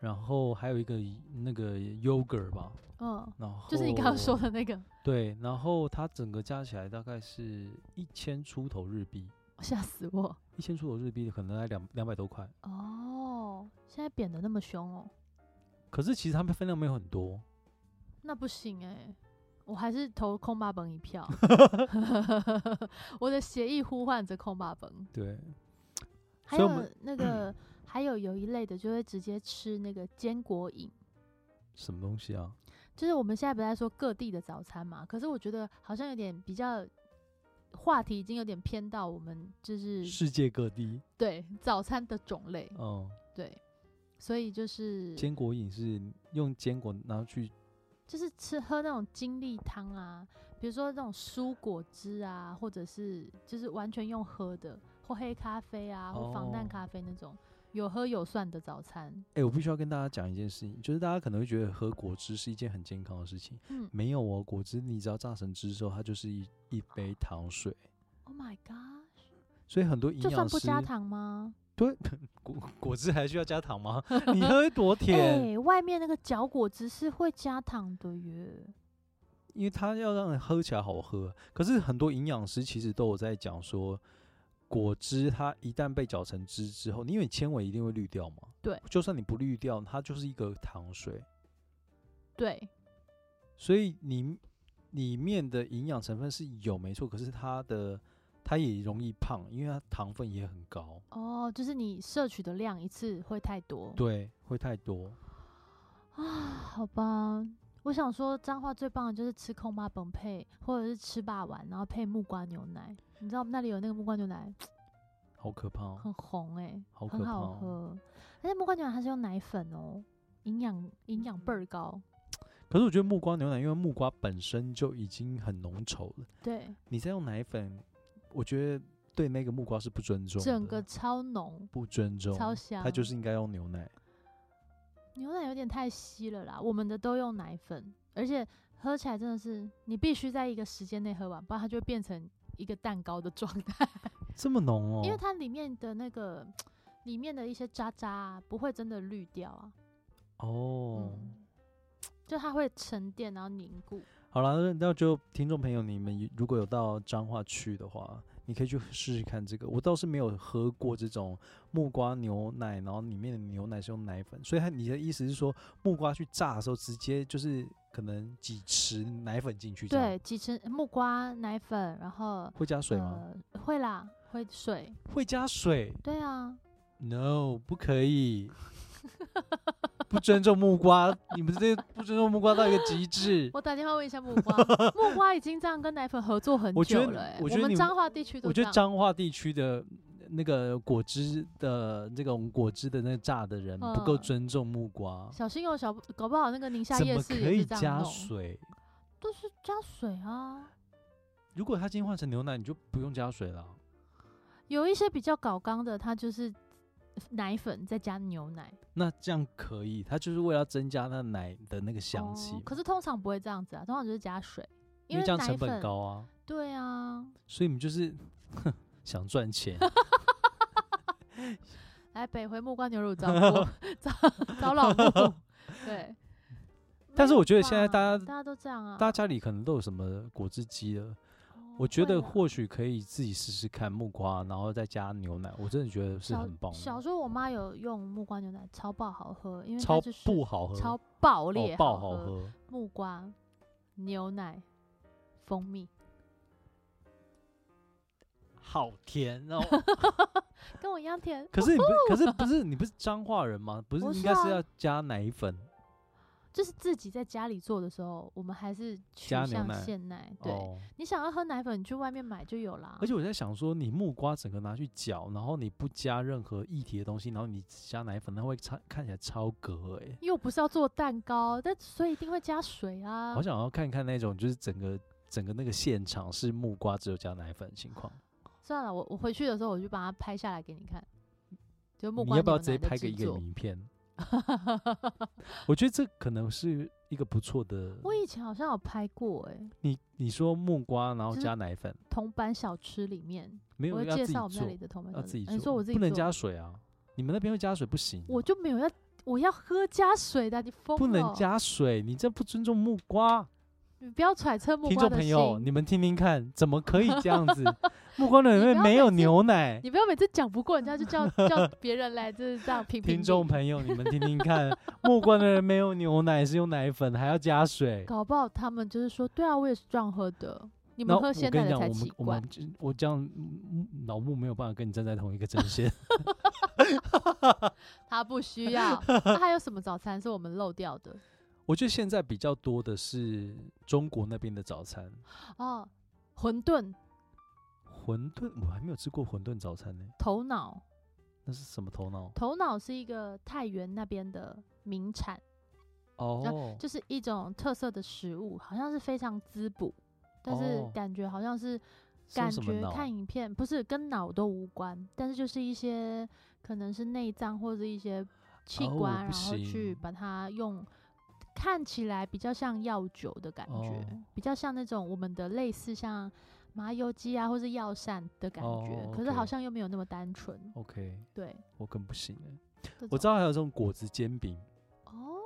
[SPEAKER 1] 然后还有一个那个 yogurt 吧，
[SPEAKER 2] 嗯，
[SPEAKER 1] 然后
[SPEAKER 2] 就是你刚刚说的那个，
[SPEAKER 1] 对，然后它整个加起来大概是一千出头日币，
[SPEAKER 2] 吓死我！
[SPEAKER 1] 一千出头日币可能才两两百多块，
[SPEAKER 2] 哦，现在贬的那么凶哦，
[SPEAKER 1] 可是其实它们分量没有很 多，
[SPEAKER 2] 那不行哎、我还是投空霸本一票。我的协议呼唤着空霸本，
[SPEAKER 1] 对，
[SPEAKER 2] 还
[SPEAKER 1] 所以我
[SPEAKER 2] 有
[SPEAKER 1] 们嗯
[SPEAKER 2] 那个，还有有一类的就会直接吃那个坚果饮，
[SPEAKER 1] 什么东西啊？
[SPEAKER 2] 就是我们现在不是在说各地的早餐嘛，可是我觉得好像有点比较话题已经有点偏到我们就是
[SPEAKER 1] 世界各地，
[SPEAKER 2] 对早餐的种类，
[SPEAKER 1] 嗯，
[SPEAKER 2] 对，所以就是
[SPEAKER 1] 坚果饮是用坚果拿去，
[SPEAKER 2] 就是吃喝那种精力汤啊，比如说那种蔬果汁啊，或者是就是完全用喝的，或黑咖啡啊，或防弹
[SPEAKER 1] 哦
[SPEAKER 2] 咖啡那种有喝有算的早餐。
[SPEAKER 1] 哎、我必须要跟大家讲一件事情，就是大家可能会觉得喝果汁是一件很健康的事情，
[SPEAKER 2] 嗯
[SPEAKER 1] 没有哦，果汁你只要榨成汁之后，它就是一一杯糖水，
[SPEAKER 2] ，Oh my god，
[SPEAKER 1] 所以很多营
[SPEAKER 2] 就算
[SPEAKER 1] 养
[SPEAKER 2] 不
[SPEAKER 1] 师
[SPEAKER 2] 加糖吗？
[SPEAKER 1] 对果果汁还需要加糖 吗？你喝多
[SPEAKER 2] 哎、
[SPEAKER 1] 甜，
[SPEAKER 2] 外面那个绞果汁是会加糖的耶。
[SPEAKER 1] 因为它要让人喝起来好喝。可是很多营养师其实都有在讲说，果汁它一旦被搅成汁之后，因为纤维一定会滤掉嘛，
[SPEAKER 2] 对，
[SPEAKER 1] 就算你不滤掉，它就是一个糖水，
[SPEAKER 2] 对，
[SPEAKER 1] 所以你里面的营养成分是有没错，可是它的它也容易胖，因为它糖分也很高，
[SPEAKER 2] 哦，就是你摄取的量一次会太多。
[SPEAKER 1] 对，会太多。
[SPEAKER 2] 啊，好吧。我想说，彰化最棒的就是吃空巴本配，或者是吃霸丸，然后配木瓜牛奶。你知道我们那里有那个木瓜牛奶，
[SPEAKER 1] 好可怕、哦！
[SPEAKER 2] 很红哎、
[SPEAKER 1] 好可
[SPEAKER 2] 很
[SPEAKER 1] 怕
[SPEAKER 2] 好
[SPEAKER 1] 哦
[SPEAKER 2] 喝。而且木瓜牛奶它是用奶粉哦，营养营
[SPEAKER 1] 嗯
[SPEAKER 2] 养倍儿高。
[SPEAKER 1] 可是我觉得木瓜牛奶，因为木瓜本身就已经很浓稠了，
[SPEAKER 2] 对，
[SPEAKER 1] 你再用奶粉，我觉得对那个木瓜是不尊重的，
[SPEAKER 2] 整个超浓，
[SPEAKER 1] 不尊重，
[SPEAKER 2] 超香。
[SPEAKER 1] 它就是应该用牛奶。
[SPEAKER 2] 牛奶有点太稀了啦，我们的都用奶粉，而且喝起来真的是你必须在一个时间内喝完，不然它就会变成一个蛋糕的状态，
[SPEAKER 1] 这么浓哦，
[SPEAKER 2] 因为它里面的那个里面的一些渣渣、啊、不会真的滤掉啊，
[SPEAKER 1] 哦。
[SPEAKER 2] 嗯，就它会沉淀然后凝固。
[SPEAKER 1] 好了，那就听众朋友，你们如果有到彰化去的话，你可以去试试看这个。我倒是没有喝过这种木瓜牛奶，然后里面的牛奶是用奶粉，所以它你的意思是说，木瓜去炸的时候，直接就是可能几匙奶粉进去，这样
[SPEAKER 2] 对，几成木瓜奶粉，然后
[SPEAKER 1] 会加水吗？
[SPEAKER 2] 呃？会啦，会水。
[SPEAKER 1] 会加水
[SPEAKER 2] 对啊，
[SPEAKER 1] ？No，不可 以，不尊重木瓜，你们这些不尊重木瓜到一个极致。
[SPEAKER 2] 我打电话问一下木 瓜，木瓜已经这样跟奶粉合作很
[SPEAKER 1] 我觉
[SPEAKER 2] 久
[SPEAKER 1] 得
[SPEAKER 2] 了、
[SPEAKER 1] 你
[SPEAKER 2] 欸。
[SPEAKER 1] 我
[SPEAKER 2] 我
[SPEAKER 1] 觉得
[SPEAKER 2] 们
[SPEAKER 1] 你
[SPEAKER 2] 彰化地区都
[SPEAKER 1] 我觉
[SPEAKER 2] 这
[SPEAKER 1] 得
[SPEAKER 2] 样。
[SPEAKER 1] 彰化地区的那个果汁的这种果汁的那个榨的人不够
[SPEAKER 2] 嗯
[SPEAKER 1] 尊重木瓜，
[SPEAKER 2] 小心哦，小不搞不好那个宁夏
[SPEAKER 1] 怎
[SPEAKER 2] 夜
[SPEAKER 1] 么
[SPEAKER 2] 市
[SPEAKER 1] 可
[SPEAKER 2] 也
[SPEAKER 1] 以
[SPEAKER 2] 是这样
[SPEAKER 1] 加
[SPEAKER 2] 弄，
[SPEAKER 1] 水？
[SPEAKER 2] 都是加水啊。
[SPEAKER 1] 如果它今天换成牛奶，你就不用加水了。啊
[SPEAKER 2] 有一些比较搞刚的，它就是奶粉再加牛奶
[SPEAKER 1] 那这样可以，它就是为了增加那奶的那个香气
[SPEAKER 2] 哦
[SPEAKER 1] 嘛，
[SPEAKER 2] 可是通常不会这样子啊，通常就是加水，
[SPEAKER 1] 因为这
[SPEAKER 2] 奶
[SPEAKER 1] 样成
[SPEAKER 2] 粉
[SPEAKER 1] 本。高啊，
[SPEAKER 2] 对啊，
[SPEAKER 1] 所以你们就是 想赚 钱，
[SPEAKER 2] 来北回木瓜牛乳 找我找找老木，对。
[SPEAKER 1] 但是
[SPEAKER 2] 没有
[SPEAKER 1] 我觉得现在大
[SPEAKER 2] 吧
[SPEAKER 1] 家
[SPEAKER 2] 大家都这样啊，
[SPEAKER 1] 大家家里可能都有什么果汁机了，
[SPEAKER 2] 哦
[SPEAKER 1] 我觉
[SPEAKER 2] 会
[SPEAKER 1] 得
[SPEAKER 2] 啦
[SPEAKER 1] 或许可以自己试试看木瓜，然后再加牛奶，我真的觉得是
[SPEAKER 2] 小
[SPEAKER 1] 很棒
[SPEAKER 2] 小
[SPEAKER 1] 的，
[SPEAKER 2] 时候我妈有用木瓜牛奶，超爆好喝，因为它
[SPEAKER 1] 超
[SPEAKER 2] 就是
[SPEAKER 1] 不好喝，
[SPEAKER 2] 超
[SPEAKER 1] 哦
[SPEAKER 2] 爆裂
[SPEAKER 1] 爆
[SPEAKER 2] 好
[SPEAKER 1] 好喝。
[SPEAKER 2] 木瓜、牛奶、蜂蜜，
[SPEAKER 1] 好甜哦！
[SPEAKER 2] 跟我一样甜。
[SPEAKER 1] 可是 你不，可是不是你不是彰化人吗？不是
[SPEAKER 2] 我
[SPEAKER 1] 应
[SPEAKER 2] 是
[SPEAKER 1] 该是
[SPEAKER 2] 啊
[SPEAKER 1] 要加奶粉
[SPEAKER 2] 就是自己在家里做的时候，我们还是取
[SPEAKER 1] 加
[SPEAKER 2] 向
[SPEAKER 1] 牛奶
[SPEAKER 2] 鲜奶。对、嗯
[SPEAKER 1] 哦？
[SPEAKER 2] 你想要喝奶粉，你去外面买就有啦。
[SPEAKER 1] 而且我在想说，你木瓜整个拿去搅，然后你不加任何液体的东西，然后你只加奶粉，它会超看起来超格哎、
[SPEAKER 2] 因为我不是要做蛋糕，但所以一定会加水啊
[SPEAKER 1] 好。想要看看那种就是整个整个那个现场是木瓜只有加奶粉的情况。
[SPEAKER 2] 算了，我我回去的时候我就把它拍下来给你看，就木
[SPEAKER 1] 你
[SPEAKER 2] 瓜
[SPEAKER 1] 要不
[SPEAKER 2] 牛
[SPEAKER 1] 要直
[SPEAKER 2] 奶
[SPEAKER 1] 接
[SPEAKER 2] 的
[SPEAKER 1] 拍个
[SPEAKER 2] 制
[SPEAKER 1] 一个
[SPEAKER 2] 作。
[SPEAKER 1] 影片？我觉得这可能是一个不错的。
[SPEAKER 2] 我以前好像有拍过、欸，哎，
[SPEAKER 1] 你你说木瓜，然后
[SPEAKER 2] 就是
[SPEAKER 1] 加奶粉，
[SPEAKER 2] 铜板小吃里面，
[SPEAKER 1] 没
[SPEAKER 2] 我
[SPEAKER 1] 有
[SPEAKER 2] 会
[SPEAKER 1] 要
[SPEAKER 2] 介
[SPEAKER 1] 自己
[SPEAKER 2] 绍我们那
[SPEAKER 1] 做
[SPEAKER 2] 里，的铜板小
[SPEAKER 1] 要
[SPEAKER 2] 吃。
[SPEAKER 1] 自己
[SPEAKER 2] 啊
[SPEAKER 1] 做，
[SPEAKER 2] 你说我自己
[SPEAKER 1] 不能
[SPEAKER 2] 做
[SPEAKER 1] 加水啊！你们那边会加水不行啊、
[SPEAKER 2] 我就没有要，我要喝加水的，你疯了？
[SPEAKER 1] 不能，加水，你这不尊重木瓜。
[SPEAKER 2] 你不要揣测木
[SPEAKER 1] 听
[SPEAKER 2] 瓜
[SPEAKER 1] 众
[SPEAKER 2] 的
[SPEAKER 1] 朋友，
[SPEAKER 2] 心。
[SPEAKER 1] 你们听听看，怎么可以这样 子？木瓜奶
[SPEAKER 2] 你
[SPEAKER 1] 里面
[SPEAKER 2] 不要
[SPEAKER 1] 没有
[SPEAKER 2] 每次
[SPEAKER 1] 牛奶。
[SPEAKER 2] 你不要每次讲不过人家 就叫叫别人来，就是这样评评
[SPEAKER 1] 听
[SPEAKER 2] 理
[SPEAKER 1] 众朋友，你们听听看，木瓜的人没有牛奶，是用奶粉，还要加水。
[SPEAKER 2] 搞不好他们就是说，对啊，我也是这样喝的。你
[SPEAKER 1] 那
[SPEAKER 2] 们
[SPEAKER 1] 我
[SPEAKER 2] 喝鲜
[SPEAKER 1] 跟
[SPEAKER 2] 奶
[SPEAKER 1] 你讲，
[SPEAKER 2] 的才
[SPEAKER 1] 我
[SPEAKER 2] 奇
[SPEAKER 1] 们我
[SPEAKER 2] 怪
[SPEAKER 1] 们。这我这样嗯老木没有办法跟你站在同一个阵 线。
[SPEAKER 2] 他不需 要。那还有什么早餐是我们漏掉的？
[SPEAKER 1] 我觉得现在比较多的是中国那边的早餐，
[SPEAKER 2] 哦，馄饨、
[SPEAKER 1] 馄饨我还没有吃过馄饨早餐呢、
[SPEAKER 2] 头脑，
[SPEAKER 1] 那是什么头脑？
[SPEAKER 2] 头脑是一个太原那边的名产，
[SPEAKER 1] 哦，
[SPEAKER 2] 就是一种特色的食物，好像是非常滋补，但是
[SPEAKER 1] 哦
[SPEAKER 2] 感觉好像是
[SPEAKER 1] 是用
[SPEAKER 2] 感
[SPEAKER 1] 什么
[SPEAKER 2] 觉
[SPEAKER 1] 脑？啊
[SPEAKER 2] 看影片不是跟脑都无关，但是就是一些可能是内脏或者一些器
[SPEAKER 1] 哦我
[SPEAKER 2] 官，
[SPEAKER 1] 不
[SPEAKER 2] 然后去
[SPEAKER 1] 行
[SPEAKER 2] 把它用。看起来比较像药酒的感觉，
[SPEAKER 1] 哦
[SPEAKER 2] 比较像那种我们的类似像麻油鸡啊，或是药膳的感觉，
[SPEAKER 1] 哦
[SPEAKER 2] 可是好
[SPEAKER 1] ，OK
[SPEAKER 2] 像又没有那么单纯。
[SPEAKER 1] OK，
[SPEAKER 2] 对，
[SPEAKER 1] 我更不行哎、
[SPEAKER 2] 这
[SPEAKER 1] 我
[SPEAKER 2] 种
[SPEAKER 1] 知道还有这种果子煎饼，
[SPEAKER 2] 哦，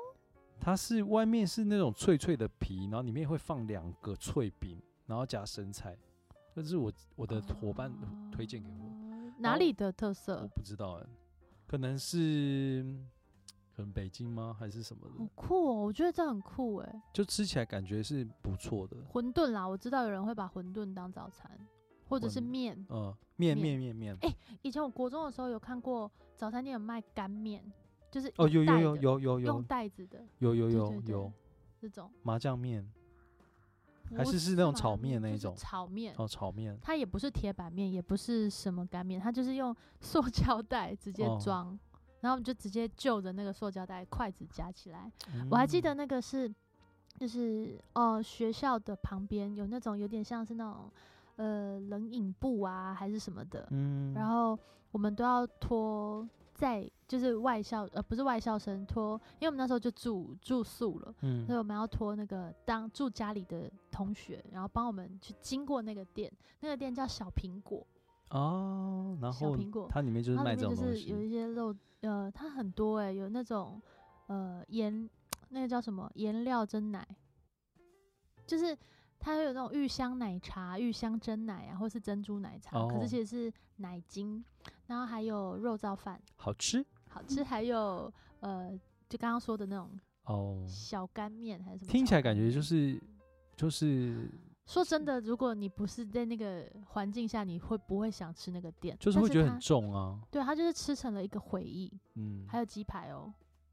[SPEAKER 1] 它是外面是那种脆脆的皮，然后里面会放两个脆饼，然后加生菜。这是我我的伙伴
[SPEAKER 2] 哦呃
[SPEAKER 1] 推荐给我，然
[SPEAKER 2] 哪
[SPEAKER 1] 后
[SPEAKER 2] 里的特
[SPEAKER 1] 我
[SPEAKER 2] 色？
[SPEAKER 1] 不知道哎、可能是可能北京吗，还是什么
[SPEAKER 2] 好
[SPEAKER 1] 的？
[SPEAKER 2] 酷哦，我觉得这很酷哎。
[SPEAKER 1] 就吃起来感觉是不错的。
[SPEAKER 2] 馄饨啦，我知道有人会把馄饨当早餐，或者是
[SPEAKER 1] 馄
[SPEAKER 2] 面。
[SPEAKER 1] 呃，面
[SPEAKER 2] 面
[SPEAKER 1] 面面面，
[SPEAKER 2] 哎以前我国中的时候有看过早餐店有卖干面，就是
[SPEAKER 1] 哦，
[SPEAKER 2] 一
[SPEAKER 1] 有有
[SPEAKER 2] 袋
[SPEAKER 1] 有
[SPEAKER 2] 的
[SPEAKER 1] 有有
[SPEAKER 2] 用
[SPEAKER 1] 有
[SPEAKER 2] 袋子的
[SPEAKER 1] 有有
[SPEAKER 2] 对
[SPEAKER 1] 有
[SPEAKER 2] 对对
[SPEAKER 1] 有
[SPEAKER 2] 这种，
[SPEAKER 1] 麻酱面，还
[SPEAKER 2] 不
[SPEAKER 1] 是是那种
[SPEAKER 2] 麻
[SPEAKER 1] 炒面那
[SPEAKER 2] 就
[SPEAKER 1] 一
[SPEAKER 2] 是
[SPEAKER 1] 种
[SPEAKER 2] 炒面。
[SPEAKER 1] 哦，炒面
[SPEAKER 2] 它也不是铁板面，也不是什么干面，它就是用塑胶袋直接
[SPEAKER 1] 哦
[SPEAKER 2] 装，然后我们就直接就着那个塑胶袋，筷子夹起来，我还记
[SPEAKER 1] 嗯
[SPEAKER 2] 得那个是，就是呃学校的旁边有那种有点像是那种呃冷饮部啊还是什么的，
[SPEAKER 1] 嗯，
[SPEAKER 2] 然后我们都要托在就是外校呃不是外校生托，因为我们那时候就住住宿了，所
[SPEAKER 1] 嗯，
[SPEAKER 2] 以我们要托那个当住家里的同学，然后帮我们去经过那个店，那个店叫小苹果，
[SPEAKER 1] 哦，然
[SPEAKER 2] 小
[SPEAKER 1] 后
[SPEAKER 2] 苹果
[SPEAKER 1] 它里面就是
[SPEAKER 2] 它
[SPEAKER 1] 卖
[SPEAKER 2] 里
[SPEAKER 1] 这
[SPEAKER 2] 面
[SPEAKER 1] 种
[SPEAKER 2] 就
[SPEAKER 1] 东
[SPEAKER 2] 是
[SPEAKER 1] 西
[SPEAKER 2] 有，一些肉，呃，它很多哎、有那种呃盐，那个叫什么盐料蒸奶，就是它有那种芋香奶茶、芋香蒸奶啊，或是珍珠奶茶，可
[SPEAKER 1] 哦
[SPEAKER 2] 是其实是奶精，然后还有肉燥饭，
[SPEAKER 1] 好吃
[SPEAKER 2] 好吃，还有呃，就刚刚说的那种
[SPEAKER 1] 哦，
[SPEAKER 2] 小干面还是什么，
[SPEAKER 1] 听起来感觉就。是就是
[SPEAKER 2] 说真的，如果你不是在那个环境下，你会不会想吃那个店？
[SPEAKER 1] 就是
[SPEAKER 2] 但
[SPEAKER 1] 会觉得
[SPEAKER 2] 它
[SPEAKER 1] 很重啊，
[SPEAKER 2] 对，它就是吃成了一个回忆。
[SPEAKER 1] 嗯，
[SPEAKER 2] 还有鸡排哦，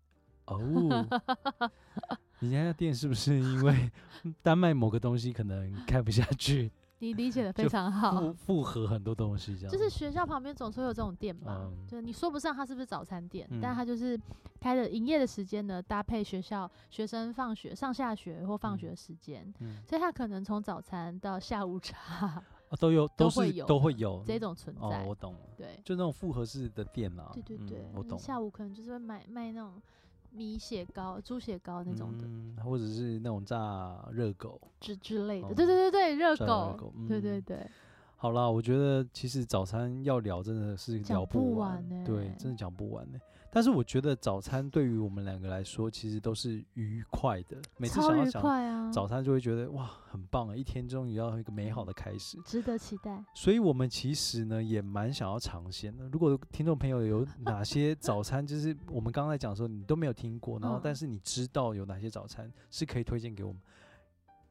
[SPEAKER 1] 哦，你家的店是不是因为 单卖某个东西可能开不下去，
[SPEAKER 2] 你理解的非
[SPEAKER 1] 就
[SPEAKER 2] 常好
[SPEAKER 1] 复，复合很多东西这样？
[SPEAKER 2] 就是学校旁边总是会有这种店吧，
[SPEAKER 1] 嗯
[SPEAKER 2] 就是你说不上它是不是早餐店，但
[SPEAKER 1] 嗯
[SPEAKER 2] 它就是开的营业的时间呢，搭配学校学生放学、上下学或放
[SPEAKER 1] 嗯
[SPEAKER 2] 学的时间，
[SPEAKER 1] 嗯
[SPEAKER 2] 所以它可能从早餐到下午茶
[SPEAKER 1] 啊都有
[SPEAKER 2] 都
[SPEAKER 1] 都
[SPEAKER 2] 会
[SPEAKER 1] 是
[SPEAKER 2] 有
[SPEAKER 1] 都
[SPEAKER 2] 的
[SPEAKER 1] 会有
[SPEAKER 2] 这种存
[SPEAKER 1] 哦
[SPEAKER 2] 在，，
[SPEAKER 1] 我懂了，
[SPEAKER 2] 对
[SPEAKER 1] 就那种复合式的店啦。
[SPEAKER 2] 对对
[SPEAKER 1] 嗯
[SPEAKER 2] 对，
[SPEAKER 1] 我懂。
[SPEAKER 2] 下午可能就是会买卖那种米血糕、猪血糕那种的
[SPEAKER 1] 嗯，或者是那种炸热狗，
[SPEAKER 2] 之之类的，
[SPEAKER 1] 哦
[SPEAKER 2] 对对对对，热
[SPEAKER 1] 炸热
[SPEAKER 2] 狗，
[SPEAKER 1] 狗，
[SPEAKER 2] 对对
[SPEAKER 1] 嗯
[SPEAKER 2] 对，
[SPEAKER 1] 好啦，我觉得其实早餐要聊真的是
[SPEAKER 2] 讲
[SPEAKER 1] 聊
[SPEAKER 2] 不
[SPEAKER 1] 完，
[SPEAKER 2] 完欸
[SPEAKER 1] 对，真的讲不完呢、但是我觉得早餐对于我们两个来说，其实都是愉快的。每次
[SPEAKER 2] 超
[SPEAKER 1] 想要
[SPEAKER 2] 愉
[SPEAKER 1] 讲
[SPEAKER 2] 快啊，
[SPEAKER 1] 早餐，就会觉得哇，很棒啊！一天终于要一个美好的开始。
[SPEAKER 2] 值得期待。
[SPEAKER 1] 所以我们其实呢也蛮想要尝鲜的。如果听众朋友 有哪些早餐，就是我们刚刚在讲说你都没有听过，然后但
[SPEAKER 2] 嗯
[SPEAKER 1] 是你知道有哪些早餐是可以推荐给我们，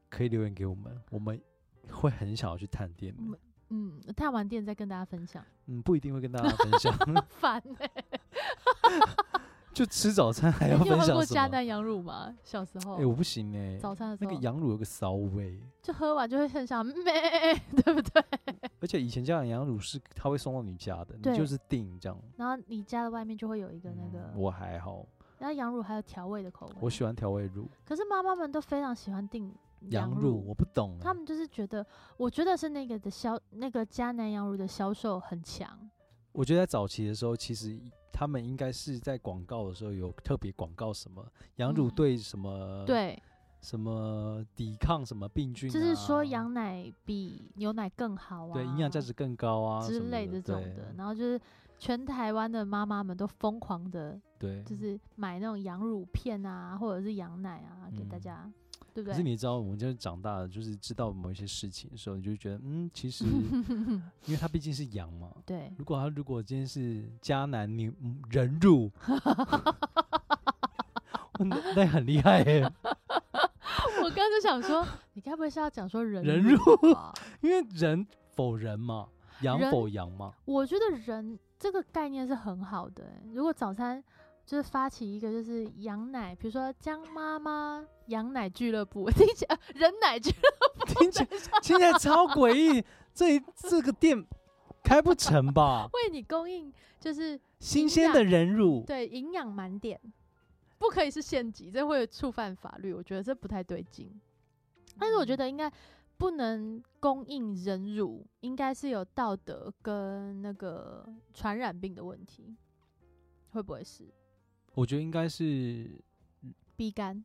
[SPEAKER 1] 可以留言给我们，我们会很想要去探店的。
[SPEAKER 2] 我们嗯，探完店再跟大家分享，，
[SPEAKER 1] 嗯，不一定会跟大家分享
[SPEAKER 2] 烦欸
[SPEAKER 1] 就吃早餐还要
[SPEAKER 2] 你有
[SPEAKER 1] 分
[SPEAKER 2] 喝
[SPEAKER 1] 享
[SPEAKER 2] 过加
[SPEAKER 1] 什么？
[SPEAKER 2] 蛋羊乳吗？小时候，
[SPEAKER 1] 哎、我不行哎、
[SPEAKER 2] 早餐的时
[SPEAKER 1] 那
[SPEAKER 2] 候，
[SPEAKER 1] 个羊乳有个骚 味，
[SPEAKER 2] 就喝完就会很想 咩，对不对？
[SPEAKER 1] 而且以前家的羊乳是它会送到你家的，你
[SPEAKER 2] 对
[SPEAKER 1] 就是订这样。
[SPEAKER 2] 然后你家的外面就会有一个那个
[SPEAKER 1] 嗯，，我还好，
[SPEAKER 2] 然后羊乳还有调味的口味。
[SPEAKER 1] 我喜欢调味乳，
[SPEAKER 2] 可是妈妈们都非常喜欢订
[SPEAKER 1] 羊
[SPEAKER 2] 乳，
[SPEAKER 1] 我不懂、
[SPEAKER 2] 他
[SPEAKER 1] 欸。
[SPEAKER 2] 们就是觉得，我觉得是那个的销那个迦南羊乳的销售很强，
[SPEAKER 1] 我觉得在早期的时候，其实他们应该是在广告的时候有特别广告什么羊乳
[SPEAKER 2] 嗯
[SPEAKER 1] 对什么、
[SPEAKER 2] 对，
[SPEAKER 1] 什么抵抗什么病菌、啊，
[SPEAKER 2] 就是说羊奶比牛奶更好啊，
[SPEAKER 1] 对营养价值更高啊
[SPEAKER 2] 之
[SPEAKER 1] 什么
[SPEAKER 2] 类
[SPEAKER 1] 的
[SPEAKER 2] 这种的。然后就是全台湾的妈妈们都疯狂的，
[SPEAKER 1] 对对。
[SPEAKER 2] 就是买那种羊乳片啊，或者是羊奶啊，给大
[SPEAKER 1] 嗯
[SPEAKER 2] 家，对不
[SPEAKER 1] 可是
[SPEAKER 2] 对？
[SPEAKER 1] 你知道，我们就是长大了，就是知道某一些事情的时候，你就觉得，嗯，其 实，因为它毕竟是羊嘛，
[SPEAKER 2] 对，
[SPEAKER 1] 如果他如果今天是迦南女嗯人乳，那那很厉害耶、
[SPEAKER 2] 我刚刚就想说，你该不会是要讲说人
[SPEAKER 1] 人
[SPEAKER 2] 乳 吧？
[SPEAKER 1] 因为人否人嘛，羊
[SPEAKER 2] 人
[SPEAKER 1] 否羊 嘛，
[SPEAKER 2] 我觉得人这个概念是很好的欸、如果早餐就是发起一个就是羊奶，比如说江妈妈羊奶俱乐部， 听起来人奶俱乐？
[SPEAKER 1] 听起来听起来超诡异，这一这个店开不成吧
[SPEAKER 2] 为你供应就是
[SPEAKER 1] 新鲜的人乳，
[SPEAKER 2] 对营养满点，不可以是县级，这会触犯法律，我觉得这不太对劲。但是我
[SPEAKER 1] 嗯
[SPEAKER 2] 觉得应该不能供应人乳，应该是有道德跟那个传染病的问题，会不会是
[SPEAKER 1] 我觉得应该是
[SPEAKER 2] 逼干，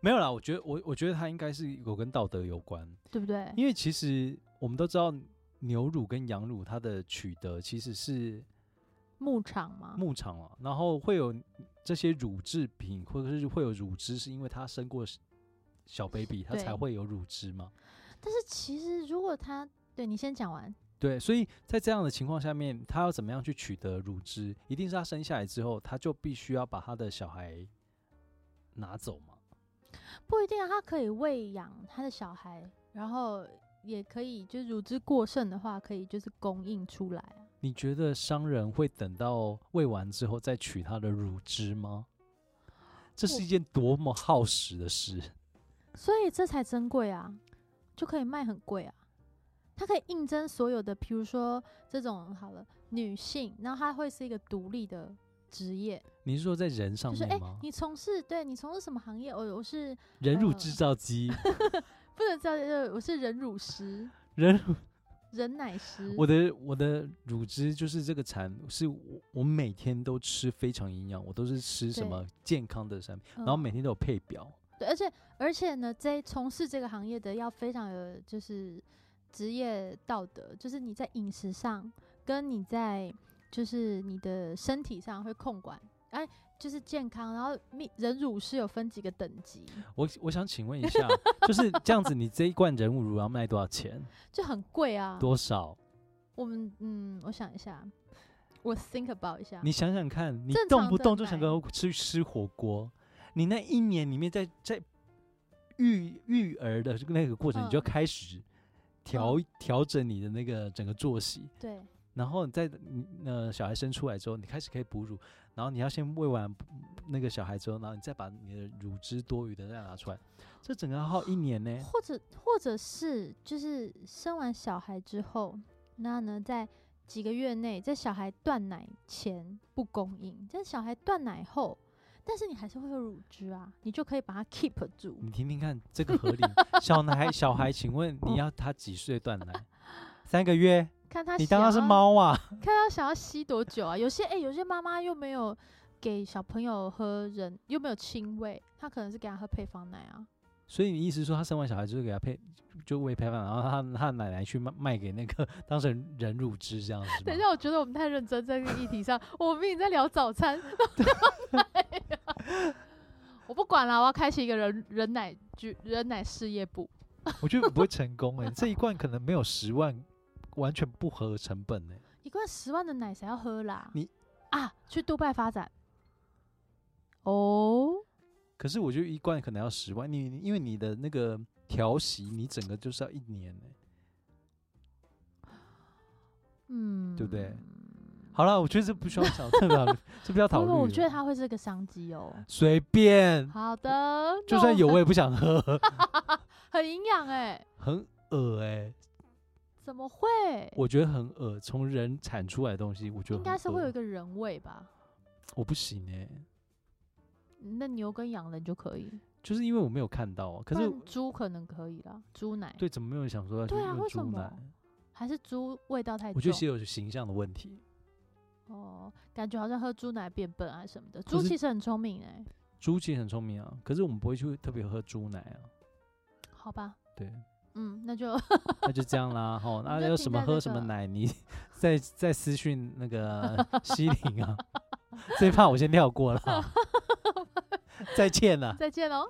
[SPEAKER 1] 没有啦。我觉得我我觉得它应该是有跟道德有关，
[SPEAKER 2] 对不对？
[SPEAKER 1] 因为其实我们都知道牛乳跟羊乳它的取得其实
[SPEAKER 2] 嗯
[SPEAKER 1] 是
[SPEAKER 2] 牧场嘛，
[SPEAKER 1] 牧场啊，然后会有这些乳制品，或者是会有乳汁，是因为它生过小小 baby，它
[SPEAKER 2] 对
[SPEAKER 1] 才会有乳汁嘛。
[SPEAKER 2] 但是其实如果他对你先讲完，
[SPEAKER 1] 对，所以在这样的情况下面，它要怎么样去取得乳汁？一定是它生下来之后，它就必须要把它的小孩拿走嘛。
[SPEAKER 2] 不一定啊，他可以喂养他的小孩，然后也可以就是乳汁过剩的话，可以就是供应出来啊。
[SPEAKER 1] 你觉得商人会等到喂完之后再取它的乳汁吗？这
[SPEAKER 2] 我
[SPEAKER 1] 是一件多么耗时的事！
[SPEAKER 2] 所以这才珍贵啊，就可以卖很贵啊。它可以应征所有的，比如说这种好了，女性，然后她会是一个独立的职业，
[SPEAKER 1] 你是说在人上
[SPEAKER 2] 就是
[SPEAKER 1] 面
[SPEAKER 2] 哎、诶
[SPEAKER 1] 吗？
[SPEAKER 2] 你从事对你从事什么行业？我、哦我是
[SPEAKER 1] 人乳
[SPEAKER 2] 呃
[SPEAKER 1] 制造机，
[SPEAKER 2] 不能叫呃我是人乳师、
[SPEAKER 1] 人
[SPEAKER 2] 嗯
[SPEAKER 1] 乳
[SPEAKER 2] 人奶师。
[SPEAKER 1] 我的我的乳汁就是这个产，是我我每天都吃非常营养，我都是吃什
[SPEAKER 2] 对嗯
[SPEAKER 1] 么健康的产品，
[SPEAKER 2] 然
[SPEAKER 1] 然后每天都有配表，
[SPEAKER 2] 对，而且而且呢，在从事这个行业的要非常有就是职业道德，就是你在饮食上跟你在就是你的身体上会控管，哎，就是健康。然后密人乳是有分几个等级，
[SPEAKER 1] 我我想请问一下，就是 这样子，你这一罐人物乳要卖多少钱？
[SPEAKER 2] 就很贵啊。
[SPEAKER 1] 多少？
[SPEAKER 2] 我们嗯，我想一下，我 think about 一下，
[SPEAKER 1] 你想想看，你
[SPEAKER 2] 正
[SPEAKER 1] 动
[SPEAKER 2] 常
[SPEAKER 1] 不
[SPEAKER 2] 的
[SPEAKER 1] 动就想
[SPEAKER 2] 奶
[SPEAKER 1] 跟我吃吃火锅，你那一年里面在在育育儿的那个过程，你就
[SPEAKER 2] 嗯
[SPEAKER 1] 开始调调整你的那个整个作息，
[SPEAKER 2] 对
[SPEAKER 1] 然后你在你呃小孩生出来之后，你开始可以哺乳，然后你要先喂完那个小孩之后，然后你再把你的乳汁多余的再拿出来，这整个要耗一年 呢。
[SPEAKER 2] 或者或者是就是生完小孩之后，那呢在几个月内，在小孩断奶前不供应，在小孩断奶后，但是你还是会有乳汁啊，你就可以把它 keep 住。
[SPEAKER 1] 你听听看，这个合理？小男小孩，请问你要他几岁断奶？三个 月？
[SPEAKER 2] 看他
[SPEAKER 1] 你当他是
[SPEAKER 2] 想要，
[SPEAKER 1] 猫啊？
[SPEAKER 2] 看他想要吸多久啊？有些诶，有些妈妈又没有给小朋友喝人，又没有亲喂，她可能是给他喝配方奶啊。
[SPEAKER 1] 所以你意思说他生完小孩就是给他配，就喂配饭，然后他他的奶奶去卖卖给那个当成人乳汁这样子吗？
[SPEAKER 2] 等一下，我觉得我们太认真在这个议题上，我们明明在聊早餐，然后聊奶 我不管了，我要开启一个人人奶局人奶事业部。
[SPEAKER 3] 我觉得不会成功哎、这一罐可能没有十万，
[SPEAKER 1] 完全不合成本
[SPEAKER 3] 欸
[SPEAKER 1] 呢、
[SPEAKER 2] 一罐十万的奶谁要喝啦？
[SPEAKER 1] 你
[SPEAKER 2] 啊，去杜拜发展。哦，
[SPEAKER 1] 可是我觉得一罐可能要十万，你你因为你的那个调息，你整个就是要一年欸呢、
[SPEAKER 2] 嗯，
[SPEAKER 1] 对不对？好了，我觉得这不需要讨这不要这不要讨
[SPEAKER 2] 不
[SPEAKER 1] 论
[SPEAKER 2] 过
[SPEAKER 1] 了。
[SPEAKER 2] 我觉得它会是个商机哦。
[SPEAKER 1] 随便，
[SPEAKER 2] 好的，
[SPEAKER 1] 就
[SPEAKER 2] 那
[SPEAKER 1] 算
[SPEAKER 2] 我
[SPEAKER 1] 有
[SPEAKER 2] 们
[SPEAKER 1] 我也不想喝，
[SPEAKER 2] 很营养哎、
[SPEAKER 1] 很恶哎、
[SPEAKER 2] 怎么会？
[SPEAKER 1] 我觉得很恶。从人产出来的东西，我觉得
[SPEAKER 2] 应该
[SPEAKER 1] 很
[SPEAKER 2] 是会有
[SPEAKER 1] 恶
[SPEAKER 2] 一个人味吧？
[SPEAKER 1] 我不行哎、
[SPEAKER 2] 那牛跟羊人就可以，
[SPEAKER 1] 就是因为我没有看到啊。可
[SPEAKER 2] 不
[SPEAKER 1] 是
[SPEAKER 2] 然猪可能可以啦，猪奶。
[SPEAKER 1] 对，怎么没有人想说要去
[SPEAKER 2] 对啊
[SPEAKER 1] 用
[SPEAKER 2] 为什
[SPEAKER 1] 猪
[SPEAKER 2] 么
[SPEAKER 1] 奶？
[SPEAKER 2] 还是猪味道太重？
[SPEAKER 1] 我觉得是有形象的问题。
[SPEAKER 2] 哦，感觉好像喝猪奶变笨啊什么的。
[SPEAKER 1] 可
[SPEAKER 2] 猪
[SPEAKER 1] 是
[SPEAKER 2] 其实很聪明哎、
[SPEAKER 1] 猪其实很聪明啊，可是我们不会去特别喝猪奶啊。
[SPEAKER 2] 好吧，
[SPEAKER 1] 对，
[SPEAKER 2] 嗯，那就
[SPEAKER 1] 那就这样啦。吼，那
[SPEAKER 2] 就
[SPEAKER 1] 要
[SPEAKER 2] 停
[SPEAKER 1] 什么
[SPEAKER 2] 在
[SPEAKER 1] 喝
[SPEAKER 2] 这
[SPEAKER 1] 什么
[SPEAKER 2] 个
[SPEAKER 1] 奶，你 再再私讯那个西林啊。 这一趴我先跳过了啊 ，再见了。
[SPEAKER 2] 再见喽。